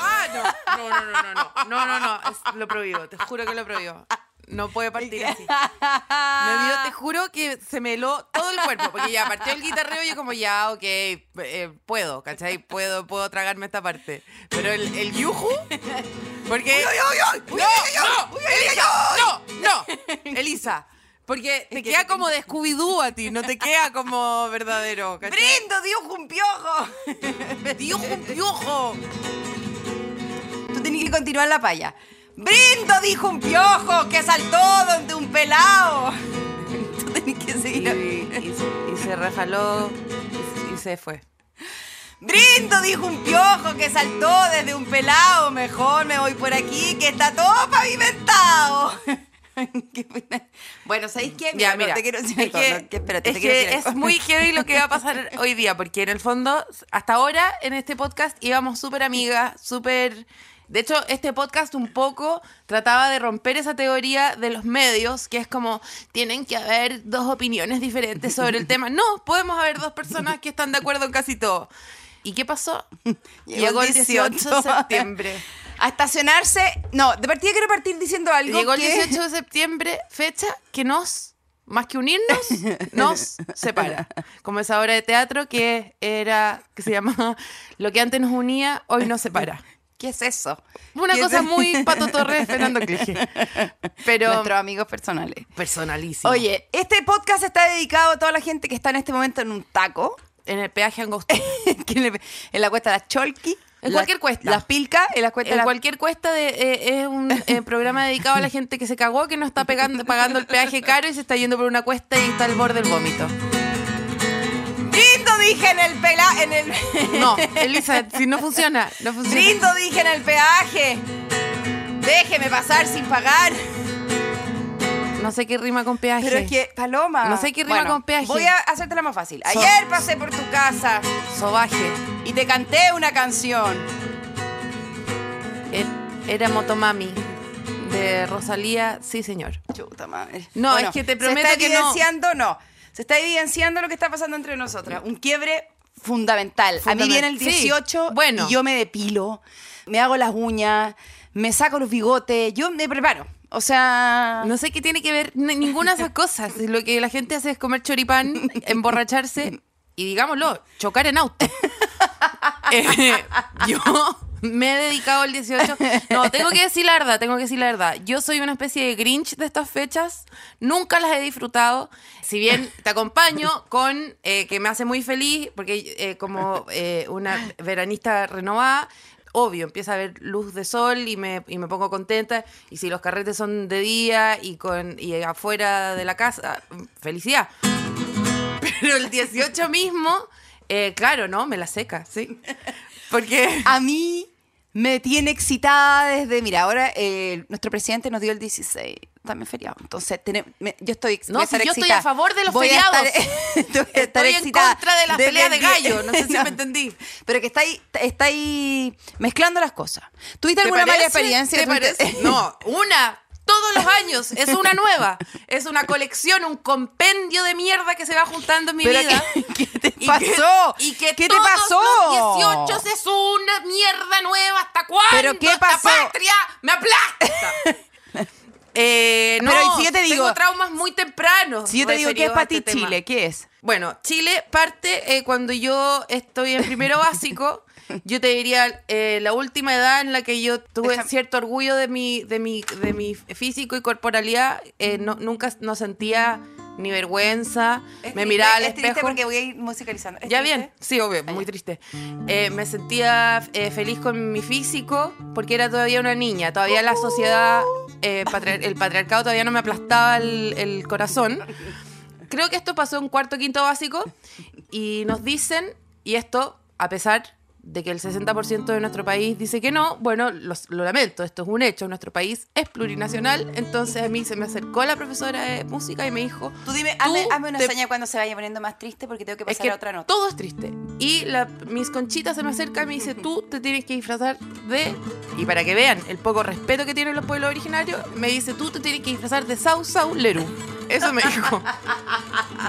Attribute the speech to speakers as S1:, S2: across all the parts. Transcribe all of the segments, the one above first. S1: Ah, No, no, no, no, no. No, no, no. Es- lo prohíbo. Te juro que lo prohíbo. No puede partir así. Me dio, te juro que se me heló todo el cuerpo. Porque ya partió el guitarreo y yo como ya, ok, eh, puedo, ¿cachai? Puedo, puedo tragarme esta parte. Pero el, el yuju. Porque. ¡No! ¡No! ¡Elisa! ¡No! ¡No! Elisa. Porque te queda como de Scooby-Doo a ti, no te queda como verdadero. ¡Brindo, Dios un piojo! ¡Dios un piojo!
S2: Tú tenés que continuar la paya. Brindo, dijo un piojo, que saltó donde un pelao. Tú tenés que
S1: y,
S2: seguir.
S1: y- y se rejaló y, y se fue.
S2: Brindo, dijo un piojo, que saltó desde un pelao. Mejor me voy por aquí, que está todo pavimentado. Qué pena. bueno, ¿sabéis qué?
S1: Ya,
S2: no
S1: mira,
S2: te quiero decir
S1: es
S2: algo,
S1: que-
S2: no, que espérate,
S1: es
S2: te quiero
S1: que
S2: decir algo.
S1: es muy heavy lo que va a pasar hoy día, porque en el fondo, hasta ahora en este podcast íbamos súper amigas, súper... De hecho, este podcast un poco trataba de romper esa teoría de los medios, que es como, tienen que haber dos opiniones diferentes sobre el tema. No, podemos haber dos personas que están de acuerdo en casi todo. ¿Y qué pasó?
S2: Llegó
S1: Llegó el
S2: el
S1: 18 de
S2: 18.
S1: septiembre.
S2: A estacionarse. No, de partida quiero partir diciendo algo.
S1: Llegó el
S2: que-
S1: 18 de septiembre, fecha que nos, más que unirnos, nos separa. Como esa obra de teatro que era, que se llamaba Lo que antes nos unía, hoy nos separa.
S2: ¿Qué es eso?
S1: Una
S2: ¿Qué es
S1: cosa
S2: eso?
S1: muy Pato Torres, Fernando Clige. Pero
S2: Nuestros amigos personales.
S1: personalísimo.
S2: Oye, este podcast está dedicado a toda la gente que está en este momento en un taco,
S1: en el peaje angostoso.
S2: que le- en la cuesta de las Cholqui.
S1: En
S2: las-
S1: cualquier cuesta.
S2: Las Pilcas, en la cuesta de
S1: En
S2: las
S1: cualquier cuesta de, eh, es un eh, programa dedicado a la gente que se cagó, que no está pegando, pagando el peaje caro y se está yendo por una cuesta y está al borde del vómito.
S2: Brindo dije en el pela... En el...
S1: No, Elisa, si no funciona, no funciona.
S2: Brindo dije en el peaje. Déjeme pasar sin pagar.
S1: No sé qué rima con peaje.
S2: Pero es que, Paloma.
S1: No sé qué rima
S2: Bueno,
S1: con peaje.
S2: Voy a hacértela más fácil.
S1: So-
S2: Ayer pasé por tu casa
S1: Sobaje.
S2: y te canté una canción.
S1: E- Era Motomami. De Rosalía, sí, señor.
S2: Chuta madre.
S1: No, es que te prometo
S2: se está
S1: que no.
S2: evidenciando, no. Se está evidenciando lo que está pasando entre nosotras. Un quiebre fundamental. A
S1: Fundament-
S2: mí viene el
S1: sí.
S2: 18
S1: Bueno.
S2: y yo me depilo, me hago las uñas, me saco los bigotes, yo me preparo. O sea,
S1: No sé qué tiene que ver ni- ninguna de esas cosas. Lo que la gente hace es comer choripán, emborracharse y, digámoslo, chocar en auto. Eh, yo me he dedicado el 18. No, tengo que decir la verdad, tengo que decir la verdad. Yo soy una especie de Grinch de estas fechas. Nunca las he disfrutado. Si bien te acompaño con eh, que me hace muy feliz, porque eh, como eh, una veranista renovada. Obvio, empieza a haber luz de sol y me, y me pongo contenta. Y si los carretes son de día y con y afuera de la casa, felicidad. Pero el 18 mismo, eh, claro, ¿no? Me la seca, sí. Porque.
S2: a mí me tiene excitada desde. Mira, ahora eh, nuestro presidente nos dio el 16 también feriado. Entonces, tenem- me- yo estoy ex-
S1: No,
S2: voy a
S1: si
S2: estar
S1: yo estoy
S2: excitada.
S1: a favor de los
S2: Voy a
S1: feriados.
S2: estar- voy a estar
S1: Estoy en
S2: excitada
S1: contra de las
S2: desde
S1: peleas
S2: el
S1: de
S2: 10.
S1: gallo. No sé si
S2: No.
S1: me entendí.
S2: Pero que está ahí, está ahí mezclando las cosas. ¿Tuviste
S1: ¿Te
S2: alguna mala
S1: parece?
S2: experiencia?
S1: ¿Te
S2: ¿Tuviste-
S1: parece? No, una. Todos los años es una nueva. Es una colección, un compendio de mierda que se va juntando en mi
S2: Pero
S1: vida.
S2: ¿qué, qué te
S1: Y que-
S2: pasó?
S1: y que
S2: ¿Qué
S1: todos
S2: te pasó?
S1: Los 18 es una mierda nueva. ¿Hasta cuándo?
S2: ¿Pero qué
S1: esta
S2: pasó?
S1: patria me aplasta. Eh, no,
S2: Pero, ¿y si yo te
S1: tengo
S2: digo-
S1: traumas muy tempranos.
S2: Si yo te digo que
S1: referidos
S2: es
S1: a
S2: para ti
S1: este tema.
S2: Chile, ¿qué es?
S1: Bueno, Chile parte eh, cuando yo estoy en primero básico. Yo te diría eh, la última edad en la que yo tuve
S2: Déjame-
S1: cierto orgullo de mi, de mi, de mi físico y corporalidad. eh, no- nunca no sentía ni vergüenza.
S2: Es
S1: me
S2: triste-
S1: miraba al
S2: es triste
S1: espejo.
S2: porque voy a ir musicalizando. ¿Es
S1: Ya
S2: triste? Ah,
S1: bien, sí, obvio, muy triste. Eh, me sentía eh, feliz con mi físico porque era todavía una niña. Todavía la sociedad, eh, patriar- el patriarcado todavía no me aplastaba el, el corazón. Creo que esto pasó en cuarto, quinto básico y nos dicen, y esto a pesar de que el 60% de nuestro país dice que no, bueno, los- lo lamento, esto es un hecho, nuestro país es plurinacional, entonces a mí se me acercó la profesora de música y me dijo,
S2: Tú dime, hazme,
S1: Tú
S2: hazme una
S1: te-
S2: seña cuando se vaya poniendo más triste porque tengo que
S1: es
S2: pasar
S1: que
S2: a otra nota.
S1: todo es triste. Y la, mis conchitas se me acerca y me dice, tú te tienes que disfrazar de... Y para que vean el poco respeto que tienen los pueblos originarios, me dice, tú te tienes que disfrazar de Sau Sau Lerú. Eso me dijo.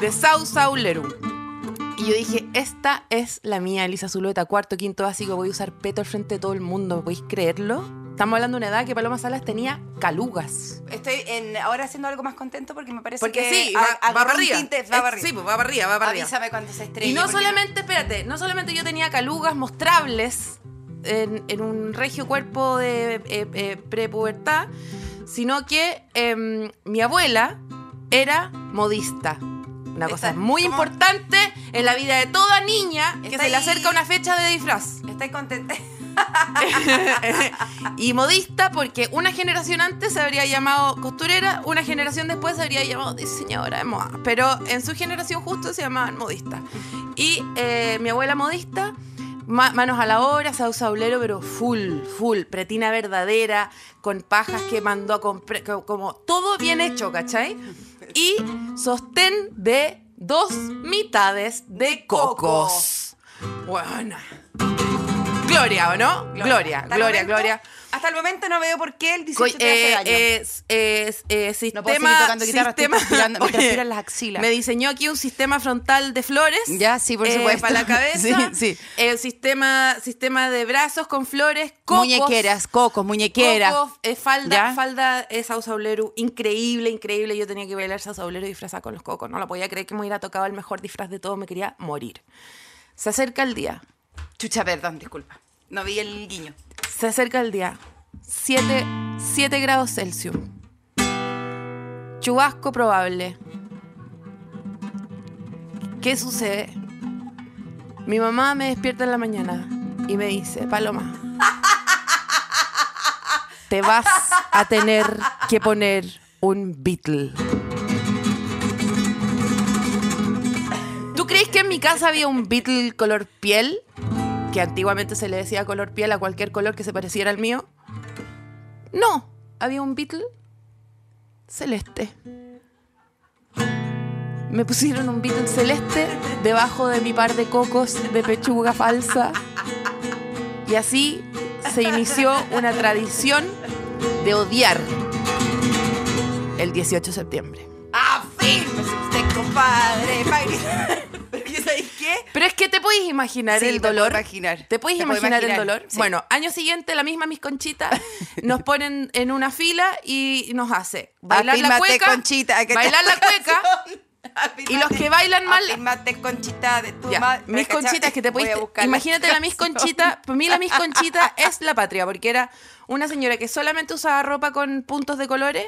S1: De Sau Sau Lerú. Y yo dije, esta es la mía, Elisa Zulueta, cuarto, quinto básico, voy a usar peto al frente de todo el mundo, ¿me podéis creerlo? Estamos hablando de una edad que Paloma Salas tenía calugas.
S2: Estoy en- ahora haciendo algo más contento porque me parece
S1: Porque
S2: que
S1: sí, va,
S2: a-
S1: va
S2: agarró
S1: para
S2: un
S1: arriba.
S2: tinte, va
S1: Es-
S2: para arriba.
S1: Sí, pues va para arriba, va para arriba.
S2: Avísame cuando se estrelle.
S1: Y no
S2: porque-
S1: solamente, espérate, no solamente yo tenía calugas mostrables en, en un regio cuerpo de eh, eh, prepubertad, sino que em, mi abuela era modista. Una cosa
S2: Está-
S1: muy
S2: ¿cómo?
S1: importante en la vida de toda niña que
S2: Está
S1: se le
S2: ahí.
S1: acerca una fecha de disfraz.
S2: Estoy contenta.
S1: y modista porque una generación antes se habría llamado costurera, una generación después se habría llamado diseñadora de moda, pero en su generación justo se llamaban modista. Y eh, mi abuela modista, ma- manos a la obra, sausa saulero, pero full, full, pretina verdadera, con pajas que mandó a comprar, co- como todo bien hecho, ¿cachai? Y sostén de dos mitades de cocos. Buena. Gloria, ¿o no? Gloria,
S2: Hasta el
S1: gloria,
S2: momento-
S1: gloria.
S2: Hasta el momento no veo por qué el 18
S1: Coi-
S2: te hace
S1: eh,
S2: daño.
S1: es- es- eh,
S2: no puedo
S1: sistema,
S2: seguir tocando
S1: sistema-
S2: guitarra, estoy transpirando, me
S1: Oye,
S2: transpiran las axilas.
S1: me diseñó aquí un sistema frontal de flores.
S3: Ya, sí, por
S1: eh,
S3: supuesto.
S1: Para la cabeza.
S3: Sí, sí.
S1: Eh, sistema, sistema de brazos con flores, cocos.
S3: Muñequeras, cocos, muñequeras.
S1: Cocos, eh, falda,
S3: ¿Ya?
S1: falda es sausaulero, increíble, increíble. Yo tenía que bailar sausaulero disfrazada con los cocos. No lo podía creer que me hubiera tocado el mejor disfraz de todo, me quería morir. Se acerca el día,
S2: Chucha, perdón, disculpa. No vi el guiño.
S1: se acerca el día. 7, grados Celsius. Chubasco probable. ¿Qué sucede? Mi mamá me despierta en la mañana y me dice, Paloma, te vas a tener que poner un Beatle. ¿Tú crees que en mi casa había un Beatle color piel? que antiguamente se le decía color piel a cualquier color que se pareciera al mío. No, había un Beatle celeste. Me pusieron un Beatle celeste debajo de mi par de cocos de pechuga falsa. Y así se inició una tradición de odiar el 18 de septiembre.
S2: ¡Afírmese usted, compadre! Pagri- Porque, ¿sabes qué?
S1: Pero es que te puedes imaginar
S2: Sí, me
S1: el
S2: puedo
S1: dolor.
S2: imaginar.
S1: ¿Te puedes
S2: Me puedo
S1: imaginar, el
S2: imaginar,
S1: dolor?
S2: sí.
S1: Bueno, año siguiente, la misma mis conchitas nos ponen en una fila y nos hace bailar la
S2: Afírmate,
S1: cueca.
S2: Conchita, que-
S1: bailar la cueca.
S2: Afírmate-
S1: Y los que bailan mal-
S2: Afírmate, conchita de tu
S1: Ya,
S2: madre.
S1: mis
S2: Cacha-
S1: conchitas que te
S2: eh, Voy a
S1: podiste.
S2: buscar
S1: Imagínate la mis
S2: canción.
S1: conchita. Para mí la mis conchita es la patria, porque era una señora que solamente usaba ropa con puntos de colores.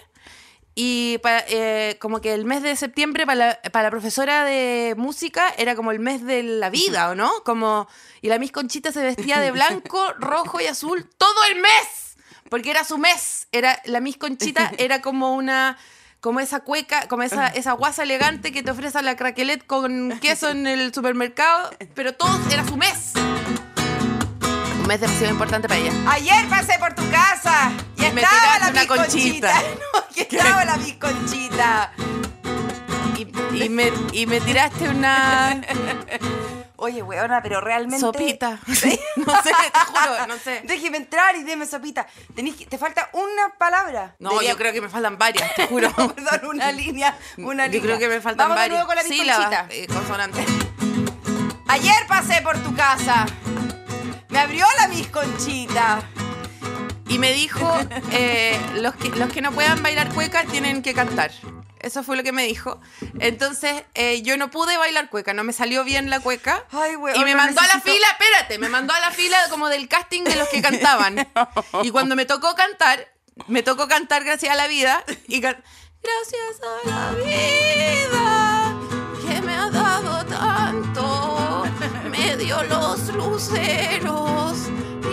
S1: Y pa- eh, como que el mes de septiembre para la, para la profesora de música era como el mes de la vida, ¿o no? Como, y la Miss Conchita se vestía de blanco, rojo y azul todo el mes, porque era su mes. Era, la Miss Conchita era como una, como esa cueca, como esa, esa guasa elegante que te ofrece la craquelet con queso en el supermercado, pero todo era su mes. Un mes demasiado importante para ella.
S2: Ayer pasé por tu casa y,
S1: Y me
S2: estaba la
S1: tiraste una
S2: mis conchita.
S1: conchita.
S2: No, y estaba la mis conchita.
S1: Y, y me, y me tiraste una
S2: Oye, weona, pero realmente...
S1: Sopita. no sé, te juro, no sé.
S2: Déjeme entrar y deme sopita. Tenés que- te falta una palabra.
S1: No,
S2: Debería-
S1: yo creo que me faltan varias, te juro.
S2: No, perdón, una línea, una
S1: yo
S2: línea.
S1: creo que me faltan
S2: Vamos de
S1: varias.
S2: nuevo con la Miss
S1: Sílabas,
S2: Conchita.
S1: eh, consonantes.
S2: Ayer pasé por tu casa. Me abrió la mis conchita.
S1: Y me dijo, eh, los, que, los que no puedan bailar cueca tienen que cantar. Eso fue lo que me dijo. Entonces, eh, yo no pude bailar cueca, no me salió bien la cueca.
S2: Ay, weón,
S1: y me
S2: no
S1: mandó a la
S2: necesito-
S1: fila, espérate, me mandó a la fila como del casting de los que cantaban. Y cuando me tocó cantar, me tocó cantar Gracias a la Vida. Y can- Gracias a la vida que me ha dado tanto, me dio los luceros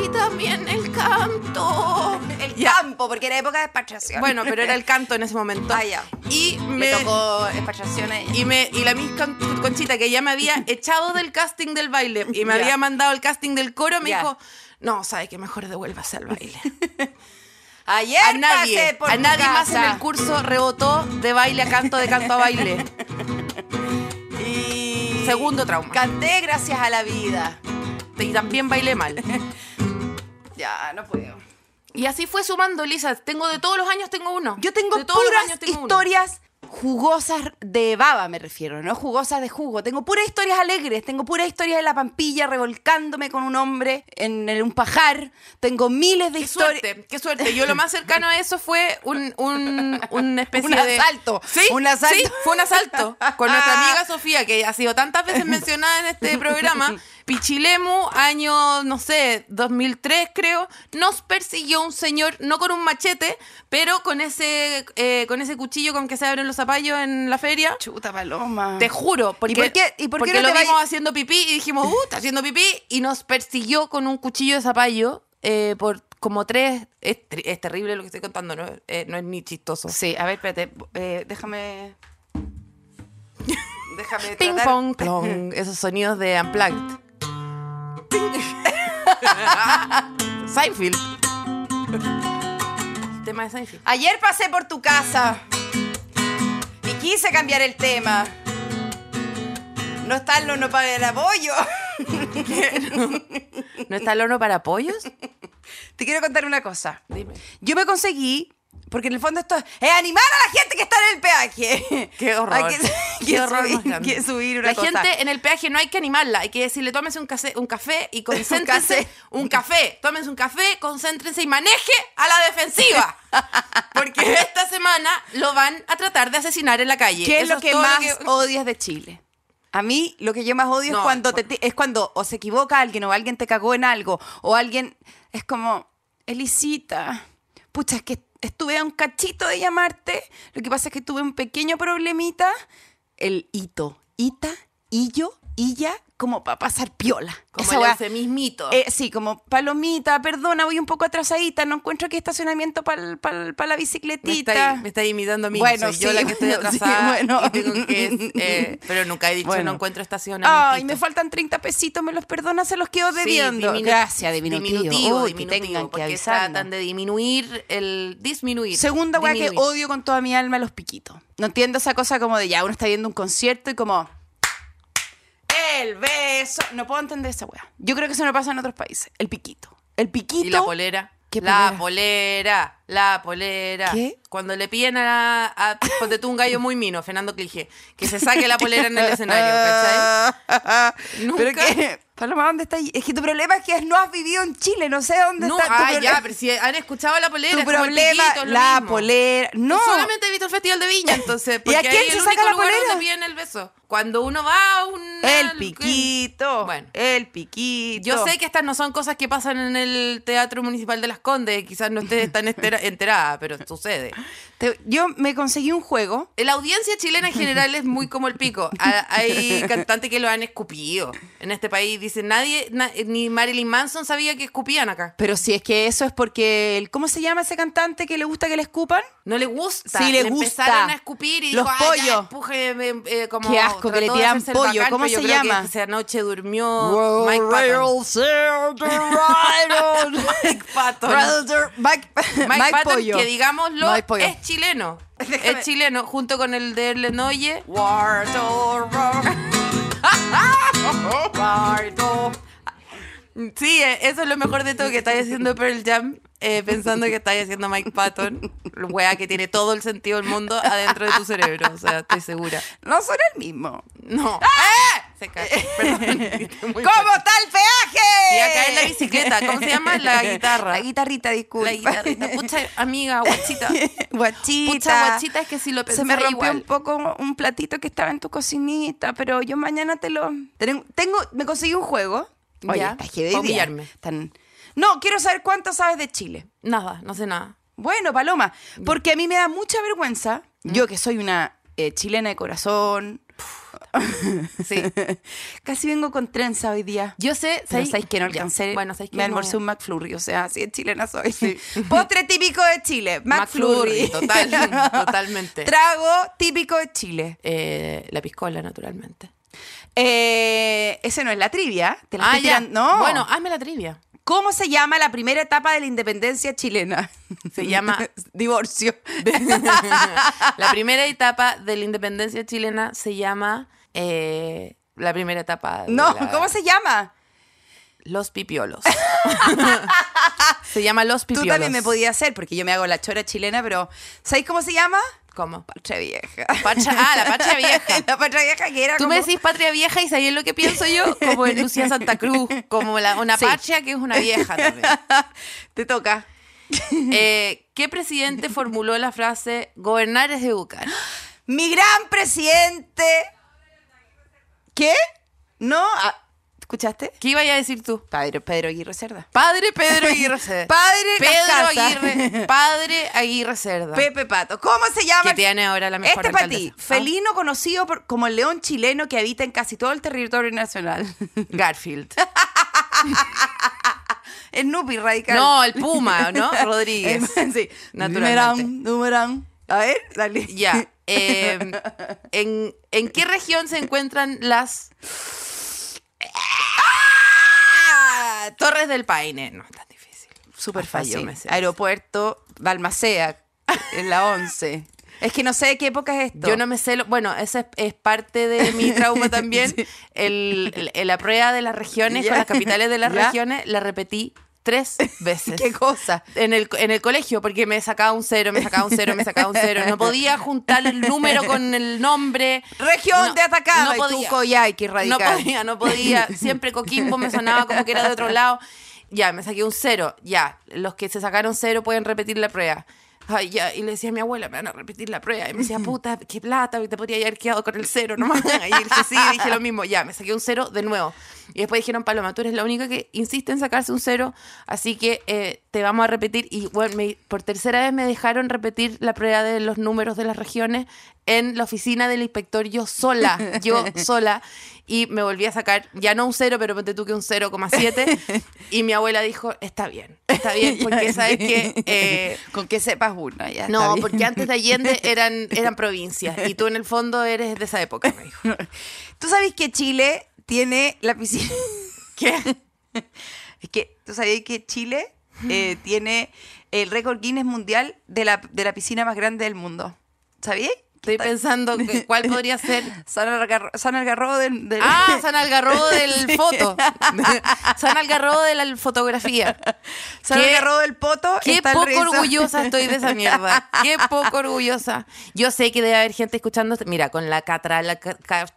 S1: y también también el canto.
S2: El
S1: Ya.
S2: campo, porque era época de expatriación.
S1: Bueno, pero era el canto en ese momento.
S2: Ah, ya.
S1: Y me
S2: Me tocó expatriación a ella.
S1: y me y la Miss Con- Conchita que ya me había echado del casting del baile y me
S2: Ya.
S1: había mandado el casting del coro me
S2: Ya.
S1: dijo, "No, sabes que mejor devuélvase al baile."
S2: Ayer
S1: a nadie,
S2: pasé por
S1: a
S2: tu
S1: nadie más en
S2: casa.
S1: el curso rebotó de baile a canto, de canto a baile.
S2: Y...
S1: Segundo trauma.
S2: Canté gracias a la vida.
S1: Y también bailé mal.
S2: Ya, no puedo.
S1: Y así fue sumando, Lisa. Tengo de todos los años tengo uno.
S2: Yo tengo
S1: de todos los
S2: puras
S1: años tengo uno.
S2: historias jugosas de baba, me refiero, ¿no? Jugosas de jugo. Tengo puras historias alegres. Tengo puras historias de la pampilla revolcándome con un hombre en, el- un pajar. Tengo miles de
S1: Qué
S2: historias.
S1: suerte, qué suerte. Yo lo más cercano a eso fue un, un, una especie
S2: Un
S1: de.
S2: asalto,
S1: Sí,
S2: un asalto.
S1: sí, fue un asalto. Con nuestra amiga Sofía, que ha sido tantas veces mencionada en este programa. Pichilemu, año, no sé, 2003, creo. Nos persiguió un señor, no con un machete, pero con ese, eh, con ese cuchillo con que se abren los zapallos en la feria.
S2: Chuta paloma.
S1: Te juro, porque,
S2: ¿Y por qué- y por qué
S1: porque
S2: no
S1: lo
S2: te
S1: vimos
S2: vayas-
S1: haciendo pipí y dijimos, uh, está haciendo pipí, y nos persiguió con un cuchillo de zapallo eh, por como tres... Es, tri- es terrible lo que estoy contando, no, Eh, no es ni chistoso.
S2: Sí, a ver, espérate. eh, déjame. Déjame
S1: Ping
S2: tratar-
S1: pong, plong, esos sonidos de Unplugged. Seinfeld. El tema de Seinfeld.
S2: Ayer pasé por tu casa y quise cambiar el tema. No están los no para el apoyo.
S1: ¿No está el horno para pollos?
S2: Te quiero contar una cosa.
S1: Dime.
S2: Yo me conseguí, porque en el fondo esto es, es animar a la gente que está en el peaje.
S1: Qué horror.
S2: Hay que,
S1: Qué
S2: que
S1: horror
S2: subir,
S1: más grande.
S2: que subir una
S1: La
S2: cosa.
S1: gente en el peaje no hay que animarla, hay que decirle tómese un, case- un café y concéntrense.
S2: café.
S1: un café, tómense un café, concéntrense y maneje a la defensiva. Porque esta semana lo van a tratar de asesinar en la calle.
S2: ¿Qué es
S1: Eso
S2: lo que
S1: todo
S2: más odias de Chile? A mí lo que yo más odio
S1: No,
S2: es cuando te- te- es cuando o se equivoca alguien o alguien te cagó en algo o alguien es como Elisita, pucha es que estuve a un cachito de llamarte, lo que pasa es que tuve un pequeño problemita, el hito, ita, illo, illa, como para pasar piola.
S1: Como
S2: Esa
S1: el
S2: weá-
S1: eufemismito.
S2: eh, sí, como palomita, perdona, voy un poco atrasadita, no encuentro aquí estacionamiento para la
S1: me
S2: bicicletita.
S1: está, me está imitando a mí.
S2: Bueno,
S1: soy yo
S2: sí,
S1: la que estoy
S2: bueno, sí,
S1: atrasada
S2: bueno.
S1: y tengo que, eh, pero nunca he dicho
S2: Bueno.
S1: no encuentro estacionamiento.
S2: Ay, me faltan 30 pesitos, me los perdona, se los quedo
S1: Sí,
S2: debiendo.
S1: diminu-
S2: Gracias, diminutivo.
S1: Diminutivo,
S2: Uy, que
S1: diminutivo,
S2: tengan que
S1: porque
S2: avisarnos.
S1: tratan de disminuir el disminuir.
S2: Segunda weá que
S1: disminuir.
S2: odio con toda mi alma, los piquitos. No entiendo esa cosa como de ya, uno está viendo un concierto y como... El beso. No puedo entender esa weá. Yo creo que eso no pasa en otros países. El piquito. El piquito.
S1: Y la polera.
S2: ¿Qué
S1: la polera? la polera.
S2: ¿Qué?
S1: Cuando le piden a, a ponte tú un gallo muy mino, Fernando Clige, que se saque la polera en el escenario, ¿cachai?
S2: Pero
S1: Nunca.
S2: que, Paloma, ¿dónde está? ahí? Es que tu problema es que no has vivido en Chile, no sé dónde
S1: No,
S2: está tu
S1: ah, ya,
S2: problema.
S1: pero si han escuchado la polera,
S2: Tu
S1: es como el
S2: problema,
S1: piquito, es lo
S2: la
S1: mismo.
S2: polera. No.
S1: Solamente he visto el Festival de Viña, entonces. Porque
S2: a quién
S1: ahí es
S2: se
S1: el
S2: saca
S1: único
S2: la
S1: lugar
S2: polera?
S1: donde piden el beso. Cuando uno va a un.
S2: El piquito.
S1: Bueno.
S2: El piquito.
S1: Yo sé que estas no son cosas que pasan en el Teatro Municipal de Las Condes, quizás no estés tan entera- enterada, pero sucede.
S2: Te- yo me conseguí un juego.
S1: La audiencia chilena en general es muy como el pico. Ha- Hay cantantes que lo han escupido en este país. Dicen, nadie, na- ni Marilyn Manson sabía que escupían acá.
S2: Pero si es que eso es porque. el- ¿Cómo se llama ese cantante que le gusta que le escupan?
S1: No le gusta.
S2: Sí, le gusta.
S1: empezaron a escupir y
S2: Los
S1: dijo, "Ah, ya,
S2: pollos.
S1: empuje, em, eh, como
S2: Qué asco, que le
S1: trató de
S2: tiran
S1: hacerse el
S2: pollo.
S1: bacán,
S2: ¿Cómo
S1: pero yo
S2: se
S1: creo
S2: llama?
S1: Que esa noche
S2: Oh,
S1: durmió Mike Patton.
S2: Mike
S1: Patton.
S2: Mike,
S1: Mike,
S2: Mike
S1: Patton,
S2: Pollo.
S1: que digámoslo,
S2: Mike Pollo.
S1: es chileno.
S2: Déjame-
S1: Es chileno, junto con el de Lenoye. Sí, eh, eso es lo mejor de todo que estáis haciendo Pearl Jam, eh, pensando que estáis haciendo Mike Patton, wea que tiene todo el sentido del mundo adentro de tu cerebro, o sea, estoy segura.
S2: No son el mismo.
S1: No. ¡Eh! Se cae. Perdón. Muy
S2: ¿Cómo
S1: fuerte.
S2: está el peaje?
S1: Y acá en la bicicleta, ¿cómo se llama? La guitarra.
S2: La guitarrita, disculpa.
S1: La guitarrita. Pucha, amiga, guachita.
S2: Guachita.
S1: Pucha, guachita, es que si lo
S2: Se
S1: pensé
S2: me rompió
S1: igual.
S2: un poco un platito que estaba en tu cocinita, pero yo mañana te lo. Tengo, tengo- me conseguí un juego. Oye,
S1: Ya,
S2: está heavy
S1: pa'
S2: día.
S1: humillarme.
S2: Tan- No, quiero saber cuánto sabes de Chile.
S1: Nada, no sé nada.
S2: Bueno, Paloma, porque a mí me da mucha vergüenza, yo que soy una eh, chilena de corazón,
S1: falta. Sí.
S2: Casi vengo con trenza hoy día.
S1: Yo sé,
S2: Pero
S1: ¿sabéis?
S2: sabéis que no
S1: Ya.
S2: alcancé.
S1: Bueno, sabéis que
S2: me
S1: no-
S2: almorcé un McFlurry, o sea, así de chilena soy. Postre típico de Chile, McFlurry.
S1: McFlurry, total, totalmente.
S2: Trago típico de Chile.
S1: Eh, la piscola, naturalmente.
S2: Eh, ese no es la trivia, te la
S1: Ah,
S2: estoy
S1: ya.
S2: tirando- No.
S1: Bueno, hazme la trivia.
S2: ¿Cómo se llama la primera etapa de la independencia chilena?
S1: Se llama-
S2: divorcio.
S1: la primera etapa de la independencia chilena se llama eh, la primera etapa. de
S2: No,
S1: la-
S2: ¿cómo se llama?
S1: Los pipiolos. se llama los
S2: Tú
S1: pipiolos.
S2: también me podías hacer, porque yo me hago la chora chilena, pero ¿sabéis cómo se llama?
S1: ¿Cómo?
S2: Pacha vieja.
S1: Pacha- ah, la pacha vieja.
S2: la pacha vieja que era
S1: Tú
S2: como-
S1: me decís patria vieja y sabés lo que pienso yo, como en Lucía Santa Cruz, como la- una
S2: Sí.
S1: patria que es una vieja también.
S2: Te toca.
S1: Eh, ¿Qué presidente formuló la frase gobernar es educar?
S2: Mi gran presidente. ¿Qué? No, ah, ¿escuchaste?
S1: ¿Qué iba a decir tú?
S2: Padre Pedro Aguirre Cerda.
S1: Padre Pedro Aguirre Cerda.
S2: Padre
S1: Pedro
S2: Castaza.
S1: Aguirre, padre Aguirre Cerda.
S2: Pepe Pato. ¿Cómo se llama?
S1: que tiene ahora la mejor
S2: Este es para ti.
S1: alcaldesa. Ah,
S2: Felino conocido por- como el león chileno que habita en casi todo el territorio nacional.
S1: Garfield.
S2: Es Nupi radical.
S1: No, el Puma, ¿no? Rodríguez.
S2: sí.
S1: Naturalmente.
S2: Numerán, numerán. A ver, dale.
S1: Ya. eh, ¿en, en qué región se encuentran las ¡Ah! Torres del Paine? No, es tan difícil.
S2: Súper
S1: Hasta yo
S2: fácil.
S1: me sé.
S2: Aeropuerto Balmacea, en la 11. Es que no sé de qué época es esto.
S1: Yo no me sé, lo- bueno, esa es, es parte de mi trauma también. El- el- la prueba de las regiones
S2: Ya.
S1: con las capitales de las
S2: Ya.
S1: regiones la repetí tres veces.
S2: ¿Qué cosa?
S1: en el, en el colegio, porque me sacaba un cero, me sacaba un cero, me sacaba un cero. No podía juntar el número con el nombre.
S2: Región
S1: No,
S2: de Atacama
S1: no
S2: y
S1: podía.
S2: tú Coyhaique
S1: No
S2: radical.
S1: podía, no podía. Siempre Coquimbo me sonaba como que era de otro lado. Ya, me saqué un cero. Ya, los que se sacaron cero pueden repetir la prueba. Ay, ya. Y le decía a mi abuela, me van a repetir la prueba. Y me decía, puta, qué plata, te podría haber quedado con el cero nomás. Y dije, sí, dije lo mismo. Ya, me saqué un cero de nuevo. Y después dijeron, Paloma, tú eres la única que insiste en sacarse un cero, así que eh, te vamos a repetir. Y bueno, me- por tercera vez me dejaron repetir la prueba de los números de las regiones en la oficina del inspector, yo sola, yo sola. Y me volví a sacar, ya no un cero, pero ponte tú que un 0,7. Y mi abuela dijo, está bien, está bien, porque sabes que... eh,
S2: Con que sepas una, ya.
S1: no,
S2: está bien.
S1: porque antes de Allende eran, eran provincias y tú en el fondo eres de esa época, me dijo.
S2: Tú sabes que Chile tiene la piscina.
S1: ¿Qué?
S2: Es que tú sabías que Chile eh, tiene el récord Guinness mundial de la, de la piscina más grande del mundo. ¿Sabías?
S1: Estoy pensando que- cuál podría ser
S2: San, Algarro- San Algarrobo del. del-
S1: Ah, San Algarrobo del foto. San Algarrobo de la fotografía.
S2: San
S1: qué-
S2: Algarrobo del Poto.
S1: Qué
S2: está el
S1: poco
S2: registro-
S1: orgullosa estoy de esa mierda. Qué poco orgullosa. Yo sé que debe haber gente escuchando. este- Mira, con la catra, la ca- ca-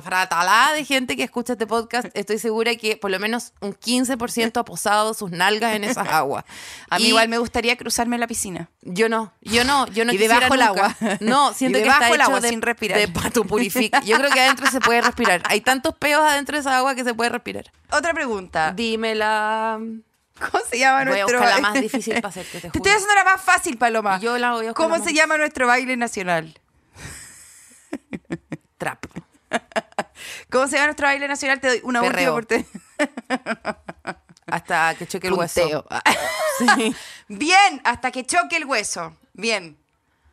S1: fratalá de gente que escucha este podcast, estoy segura que por lo menos un 15% ha posado sus nalgas en esas aguas.
S2: A mí
S1: Y
S2: igual me gustaría cruzarme la piscina.
S1: Yo no, yo no, yo no
S2: Y
S1: quisiera
S2: debajo el
S1: nunca.
S2: agua.
S1: No, siento
S2: Y
S1: que está
S2: debajo el
S1: hecho
S2: agua,
S1: de,
S2: sin respirar.
S1: de pato purifica. Yo creo que adentro se puede respirar. Hay tantos peos adentro de esa agua que se puede respirar.
S2: Otra pregunta.
S1: Dímela.
S2: ¿Cómo se llama
S1: Voy a
S2: Ah. nuestro
S1: buscar la
S2: baile?
S1: más difícil para hacerte, te
S2: Te,
S1: juro.
S2: estoy haciendo la más fácil, Paloma.
S1: Yo la voy a buscar
S2: ¿Cómo
S1: la
S2: se
S1: más-
S2: llama nuestro baile nacional?
S1: Trap.
S2: ¿Cómo se llama nuestro baile nacional? Te doy una
S1: Perreo.
S2: última oportunidad.
S1: Hasta que choque el hueso.
S2: Punteo.
S1: Sí.
S2: Bien, hasta que choque el hueso. Bien.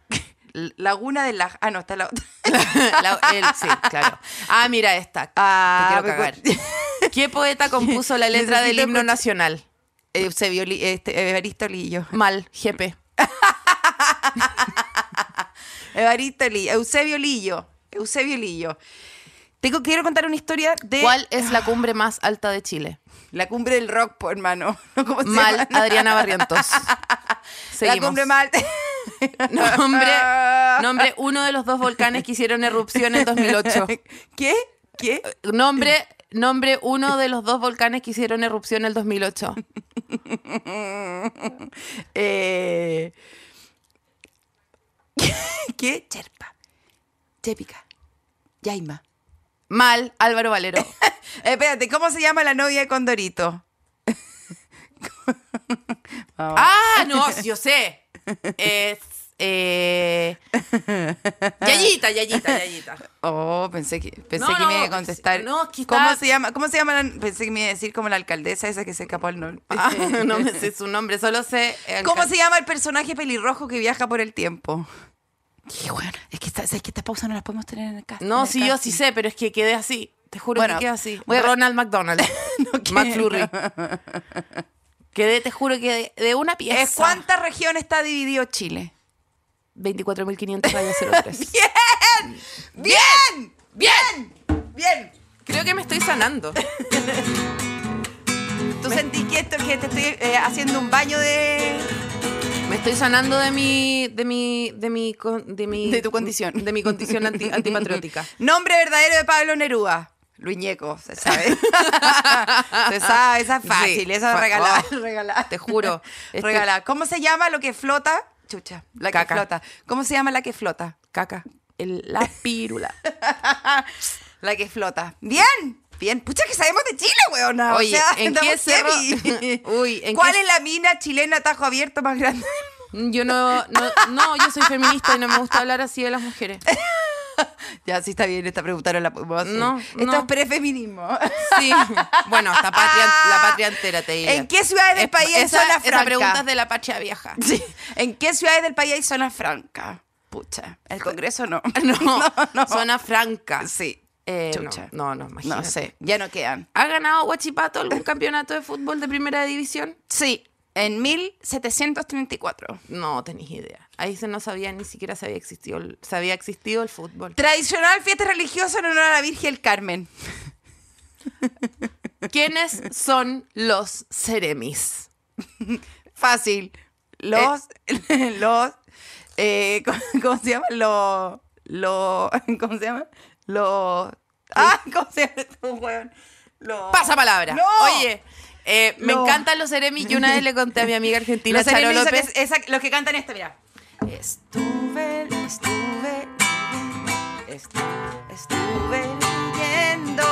S2: Laguna de la... Ah, no, está la otra.
S1: La- el- sí, claro. Ah, mira esta.
S2: Ah,
S1: Te
S2: me
S1: quiero cagar. ¿Qué poeta compuso la letra del
S2: Necesito
S1: himno
S2: escuch-
S1: nacional?
S2: Eusebio Li- este, Evaristo Lillo.
S1: Mal, GP.
S2: Evaristo Lillo. Eusebio Lillo. Eusebio Lillo. Tengo, quiero contar una historia de
S1: ¿Cuál es la cumbre más alta de Chile?
S2: la cumbre del rock, po, hermano. ¿Cómo se
S1: Mal,
S2: llama?
S1: Adriana Barrientos.
S2: La
S1: Seguimos.
S2: cumbre mal.
S1: Nombre, nombre uno de los dos volcanes que hicieron erupción en 2008.
S2: ¿Qué? ¿Qué?
S1: Nombre, nombre uno de los dos volcanes que hicieron erupción en el 2008.
S2: Eh, ¿Qué? Cherpa. Chepica. Yaima.
S1: Mal, Álvaro Valero.
S2: Eh, espérate, ¿cómo se llama la novia de Condorito? Ah,
S1: Ah, no, yo sé. Es eh, Yayita, Yayita, Yayita.
S2: Oh, pensé que, pensé
S1: No,
S2: que me iba a
S1: no,
S2: contestar.
S1: no, es que
S2: ¿Cómo
S1: estaba-
S2: se llama? ¿Cómo se llama? la- pensé que me iba a decir como la alcaldesa esa que se escapó al norte.
S1: Ah, no me sé su nombre, solo sé. el
S2: ¿Cómo
S1: can-
S2: se llama el personaje pelirrojo que viaja por el tiempo? Qué bueno. Es que esta, ¿sabes que esta pausa no la podemos tener en el cast- en
S1: No,
S2: el
S1: sí, yo sí
S2: casting.
S1: sé, pero es que quedé así. Te juro
S2: Bueno,
S1: que quedé así.
S2: voy a-
S1: Ronald McDonald. McFlurry. Quedé, te juro que de, de una pieza.
S2: ¿Es cuánta región está dividido Chile?
S1: 24.500 rayas 03.
S2: ¡Bien! ¡Bien! ¡Bien!
S1: Creo que me estoy sanando.
S2: ¿Tú sentís que esto que te estoy eh, haciendo un baño de.
S1: Me estoy sanando de mi. de mi. de mi. con- de, mi,
S2: De tu condición.
S1: De mi condición anti- antipatriótica.
S2: Nombre verdadero de Pablo Neruda. Luñeco, se sabe. se sabe, esa es fácil,
S1: Sí.
S2: esa es
S1: Fa-
S2: regalada.
S1: oh,
S2: regalada.
S1: te juro. Este-
S2: Regalada. ¿Cómo se llama lo que flota? Chucha, la
S1: Caca.
S2: que flota. ¿Cómo se llama la que flota?
S1: Caca. El- la pírula.
S2: La que flota. Bien, bien. Pucha, que sabemos de Chile, weona.
S1: Oye,
S2: o sea,
S1: ¿en
S2: estamos
S1: qué cerro-
S2: heavy.
S1: Uy, ¿en
S2: ¿Cuál
S1: qué-
S2: es la mina chilena a tajo abierto más grande?
S1: Yo no, no. No, yo soy feminista y no me gusta hablar así de las mujeres.
S2: ya, sí está bien, esta pregunta no la podemos hacer.
S1: No,
S2: Esto
S1: no.
S2: es prefeminismo.
S1: Sí. Bueno, hasta patria, la patria entera te diría.
S2: Ah, ¿En qué ciudades del
S1: Es-
S2: país hay
S1: esa-
S2: zona
S1: Esa
S2: franca?
S1: pregunta es de la patria vieja.
S2: Sí. ¿En qué ciudades del país hay zona franca? Pucha, el Congreso no.
S1: No, zona franca.
S2: Sí.
S1: Eh, no,
S2: Chucha.
S1: no, no, imagínate.
S2: No sé, ya no quedan.
S1: ¿Ha ganado Huachipato algún campeonato de fútbol de primera división?
S2: Sí, en 1734.
S1: No tenéis idea. Ahí se no sabía, ni siquiera se había existido el, se había existido el fútbol.
S2: Tradicional fiesta religiosa en honor a la Virgen del Carmen.
S1: ¿Quiénes son los Ceremis?
S2: Fácil. Los. los. eh, ¿cómo, cómo se llama? Los. Los. ¿Cómo se llama? Los. Ah, ¿cómo se llama? este hueón? Los.
S1: Pasa palabra.
S2: ¡No!
S1: Oye, eh, me
S2: No.
S1: encantan los Ceremis y una vez le conté a mi amiga argentina,
S2: Los
S1: Charo
S2: serenos, esa que-
S1: López.
S2: esa- los que cantan esta, mira. Estuve, estuve, estuve, estuve leyendo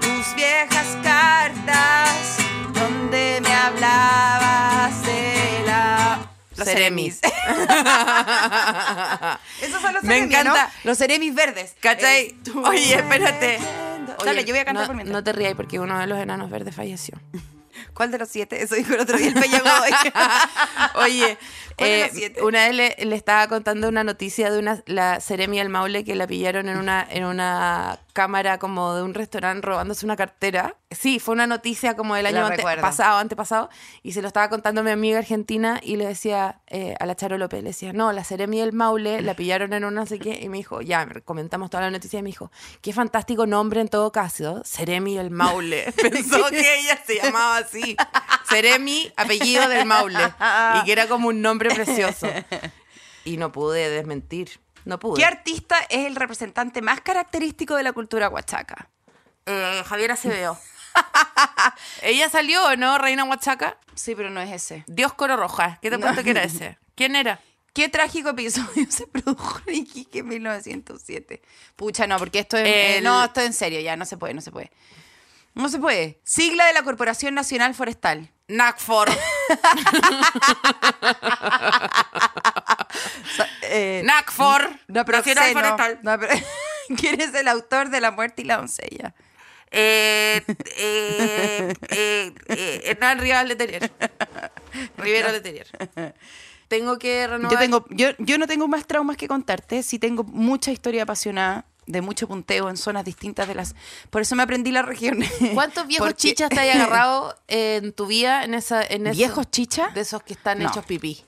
S2: tus viejas cartas donde me hablabas de la...
S1: Los Ceremis.
S2: Esos son los
S1: Me
S2: Ceremis,
S1: encanta.
S2: ¿no? Los Ceremis verdes.
S1: ¿Cachai?
S2: Estuve
S1: Oye, espérate.
S2: leyendo-
S1: Oye,
S2: Dale, yo voy a cantar
S1: no,
S2: por mientras.
S1: No te rías porque uno de los enanos verdes falleció.
S2: ¿Cuál de los siete? Eso dijo el otro día el Peñagoy.
S1: Oye,
S2: ¿Cuál de
S1: eh,
S2: los siete?
S1: una vez le, le estaba contando una noticia de una la Ceremi del Maule que la pillaron en una, en una cámara como de un restaurante robándose una cartera. Sí, fue una noticia como del
S2: La
S1: año ante-
S2: recuerdo.
S1: pasado, antepasado, y se lo estaba contando a mi amiga argentina y le decía eh, a la Charo López, le decía, no, la Ceremi del Maule la pillaron en un no sé qué, y me dijo, ya, me comentamos toda la noticia y me dijo, qué fantástico nombre en todo caso, Ceremi del Maule. Pensó que ella se llamaba así. Ceremi, apellido del Maule. Y que era como un nombre precioso. Y no pude desmentir. No pude.
S2: ¿Qué artista es el representante más característico de la cultura huachaca?
S1: Eh, Javier Acevedo. ¿Ella salió o no, Reina Huachaca?
S2: Sí, pero no es ese.
S1: Dios Coro Roja. ¿Qué te
S2: No.
S1: apuesto que era ese? ¿Quién era?
S2: ¿Qué trágico episodio se produjo en Iquique en 1907? Pucha, no, porque esto es... eh,
S1: El-
S2: no, esto es en serio, ya, no se puede, no se puede. No se puede. Sigla de la Corporación Nacional Forestal.
S1: NACFOR.
S2: Eh,
S1: NACFOR.
S2: no, pero
S1: Nacional
S2: sé, no,
S1: Forestal.
S2: no, pero- ¿Quién es el autor de La muerte y la doncella?
S1: Eh, eh, eh, eh, Hernán Rivera Letelier. Rivera Letelier. Tengo que renovar.
S2: yo, tengo, yo, yo no tengo más traumas que contarte, sí tengo mucha historia apasionada de mucho punteo en zonas distintas de las... Por eso me aprendí las regiones.
S1: ¿Cuántos viejos
S2: Porque-
S1: chichas te hay agarrado en tu vida en esa en esos-
S2: ¿Viejos chichas?
S1: de esos que están
S2: No.
S1: hechos pipí?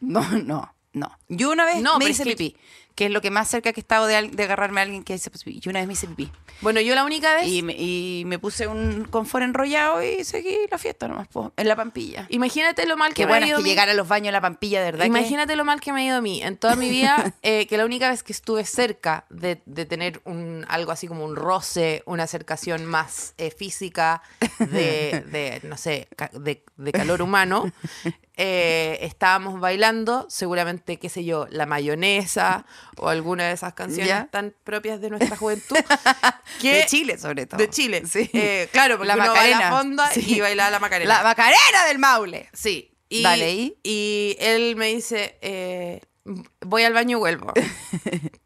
S2: No, no, no. Yo una vez
S1: No,
S2: me
S1: pero
S2: hice
S1: es que-
S2: pipí, que es lo que más cerca que he estado de, al- de agarrarme a alguien que dice pipí. Yo una vez me hice pipí.
S1: Bueno, yo la única vez
S2: Y me, y me puse un confort enrollado y seguí la fiesta nomás, po, en la pampilla.
S1: Imagínate lo mal que
S2: Qué
S1: me
S2: bueno
S1: ha
S2: es
S1: ido
S2: que
S1: a mí.
S2: llegar a los baños de la pampilla, de verdad. que-
S1: Imagínate lo mal que me ha ido a mí en toda mi vida, eh, que la única vez que estuve cerca de, de tener un, algo así como un roce, una acercación más eh, física de, de, no sé, ca- de, de calor humano, eh, estábamos bailando, seguramente, qué sé yo, la mayonesa o alguna de esas canciones
S2: Ya.
S1: tan propias de nuestra juventud. que-
S2: de Chile, sobre todo.
S1: De Chile,
S2: Sí.
S1: Eh, claro, porque
S2: La
S1: uno
S2: Macarena.
S1: baila fonda y baila la Macarena.
S2: La Macarena del Maule.
S1: Sí. Y,
S2: Dale, ¿y?
S1: y él me dice, eh, voy al baño y vuelvo.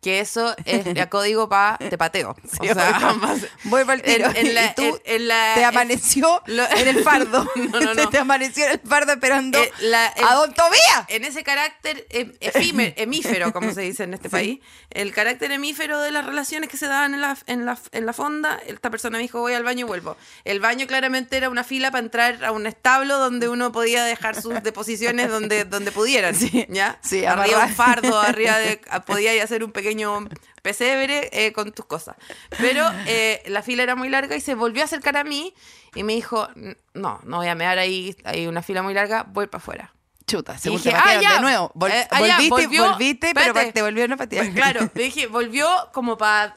S1: Que eso es el código para te pateo. O sea, ambas-
S2: Voy para el tiro.
S1: En, en la,
S2: Y tú
S1: en- en Eh, la-
S2: te amaneció
S1: lo-
S2: en el fardo.
S1: No, no,
S2: Se
S1: no.
S2: te amaneció en el fardo esperando
S1: Eh, la- el-
S2: a Don Tobías.
S1: en ese carácter em- efímero, hemífero, como se dice en este país, el carácter hemífero de las relaciones que se daban en la, en la, en la fonda, esta persona me dijo, voy al baño y vuelvo. El baño claramente era una fila para entrar a un establo donde uno podía dejar sus deposiciones donde, donde pudieran, ¿ya?
S2: sí,
S1: arriba
S2: amarrar.
S1: un fardo, arriba de, a- podía ir a hacer un pequeño pesebre eh, con tus cosas. Pero eh, la fila era muy larga y se volvió a acercar a mí y me dijo, no, no voy a mear ahí, hay una fila muy larga, voy para afuera.
S2: Chuta,
S1: Y
S2: según
S1: dije,
S2: te patearon
S1: "Ah, ya,
S2: de nuevo. Vol-
S1: eh, ah, ya,
S2: volviste,
S1: volvió,
S2: volviste, pero
S1: espérate.
S2: pa- te volvieron a patear.
S1: Pues claro, le dije, volvió como para